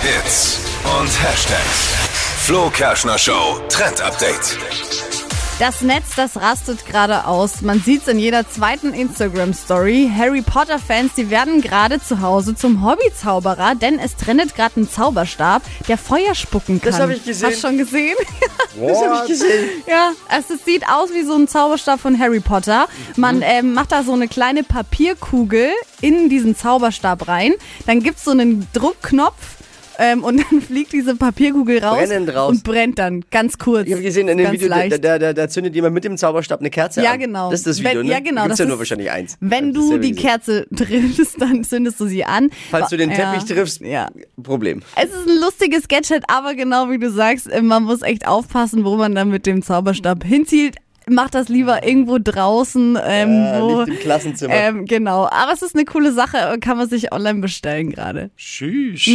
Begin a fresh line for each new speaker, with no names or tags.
Hits und Hashtags. Flo Kerschner Show Trend Update.
Das Netz, das rastet gerade aus. Man sieht es in jeder zweiten Instagram-Story. Harry Potter-Fans, die werden gerade zu Hause zum Hobbyzauberer, denn es trendet gerade ein Zauberstab, der Feuer spucken kann.
Das hab ich gesehen.
Hast du schon gesehen?
Das habe ich gesehen.
Ja, also es sieht aus wie so ein Zauberstab von Harry Potter.
Mhm.
Man ähm, macht da so eine kleine Papierkugel in diesen Zauberstab rein. Dann gibt's so einen Druckknopf ähm, und dann fliegt diese Papierkugel raus,
Brennend raus.
und brennt dann ganz kurz.
Ich habe gesehen in dem
ganz
Video,
leicht.
da, da, da, da zündet jemand mit dem Zauberstab eine Kerze
Ja,
an.
genau.
Das ist das Video,
Wenn-
ne?
ja, genau,
Da
das
gibt's ja nur
ist-
wahrscheinlich eins.
Wenn
Das ist
du
ja
die
gesehen.
Kerze triffst, dann zündest du sie an.
Falls du den
Ja.
Teppich triffst,
Ja.
Problem.
Es ist ein lustiges Gadget, aber genau wie du sagst, äh, man muss echt aufpassen, wo man dann mit dem Zauberstab hinzielt. Macht das lieber irgendwo draußen. Ähm,
Ja,
wo,
Äh, nicht im Klassenzimmer.
Ähm, genau, aber es ist eine coole Sache, kann man sich online bestellen gerade.
Tschüss.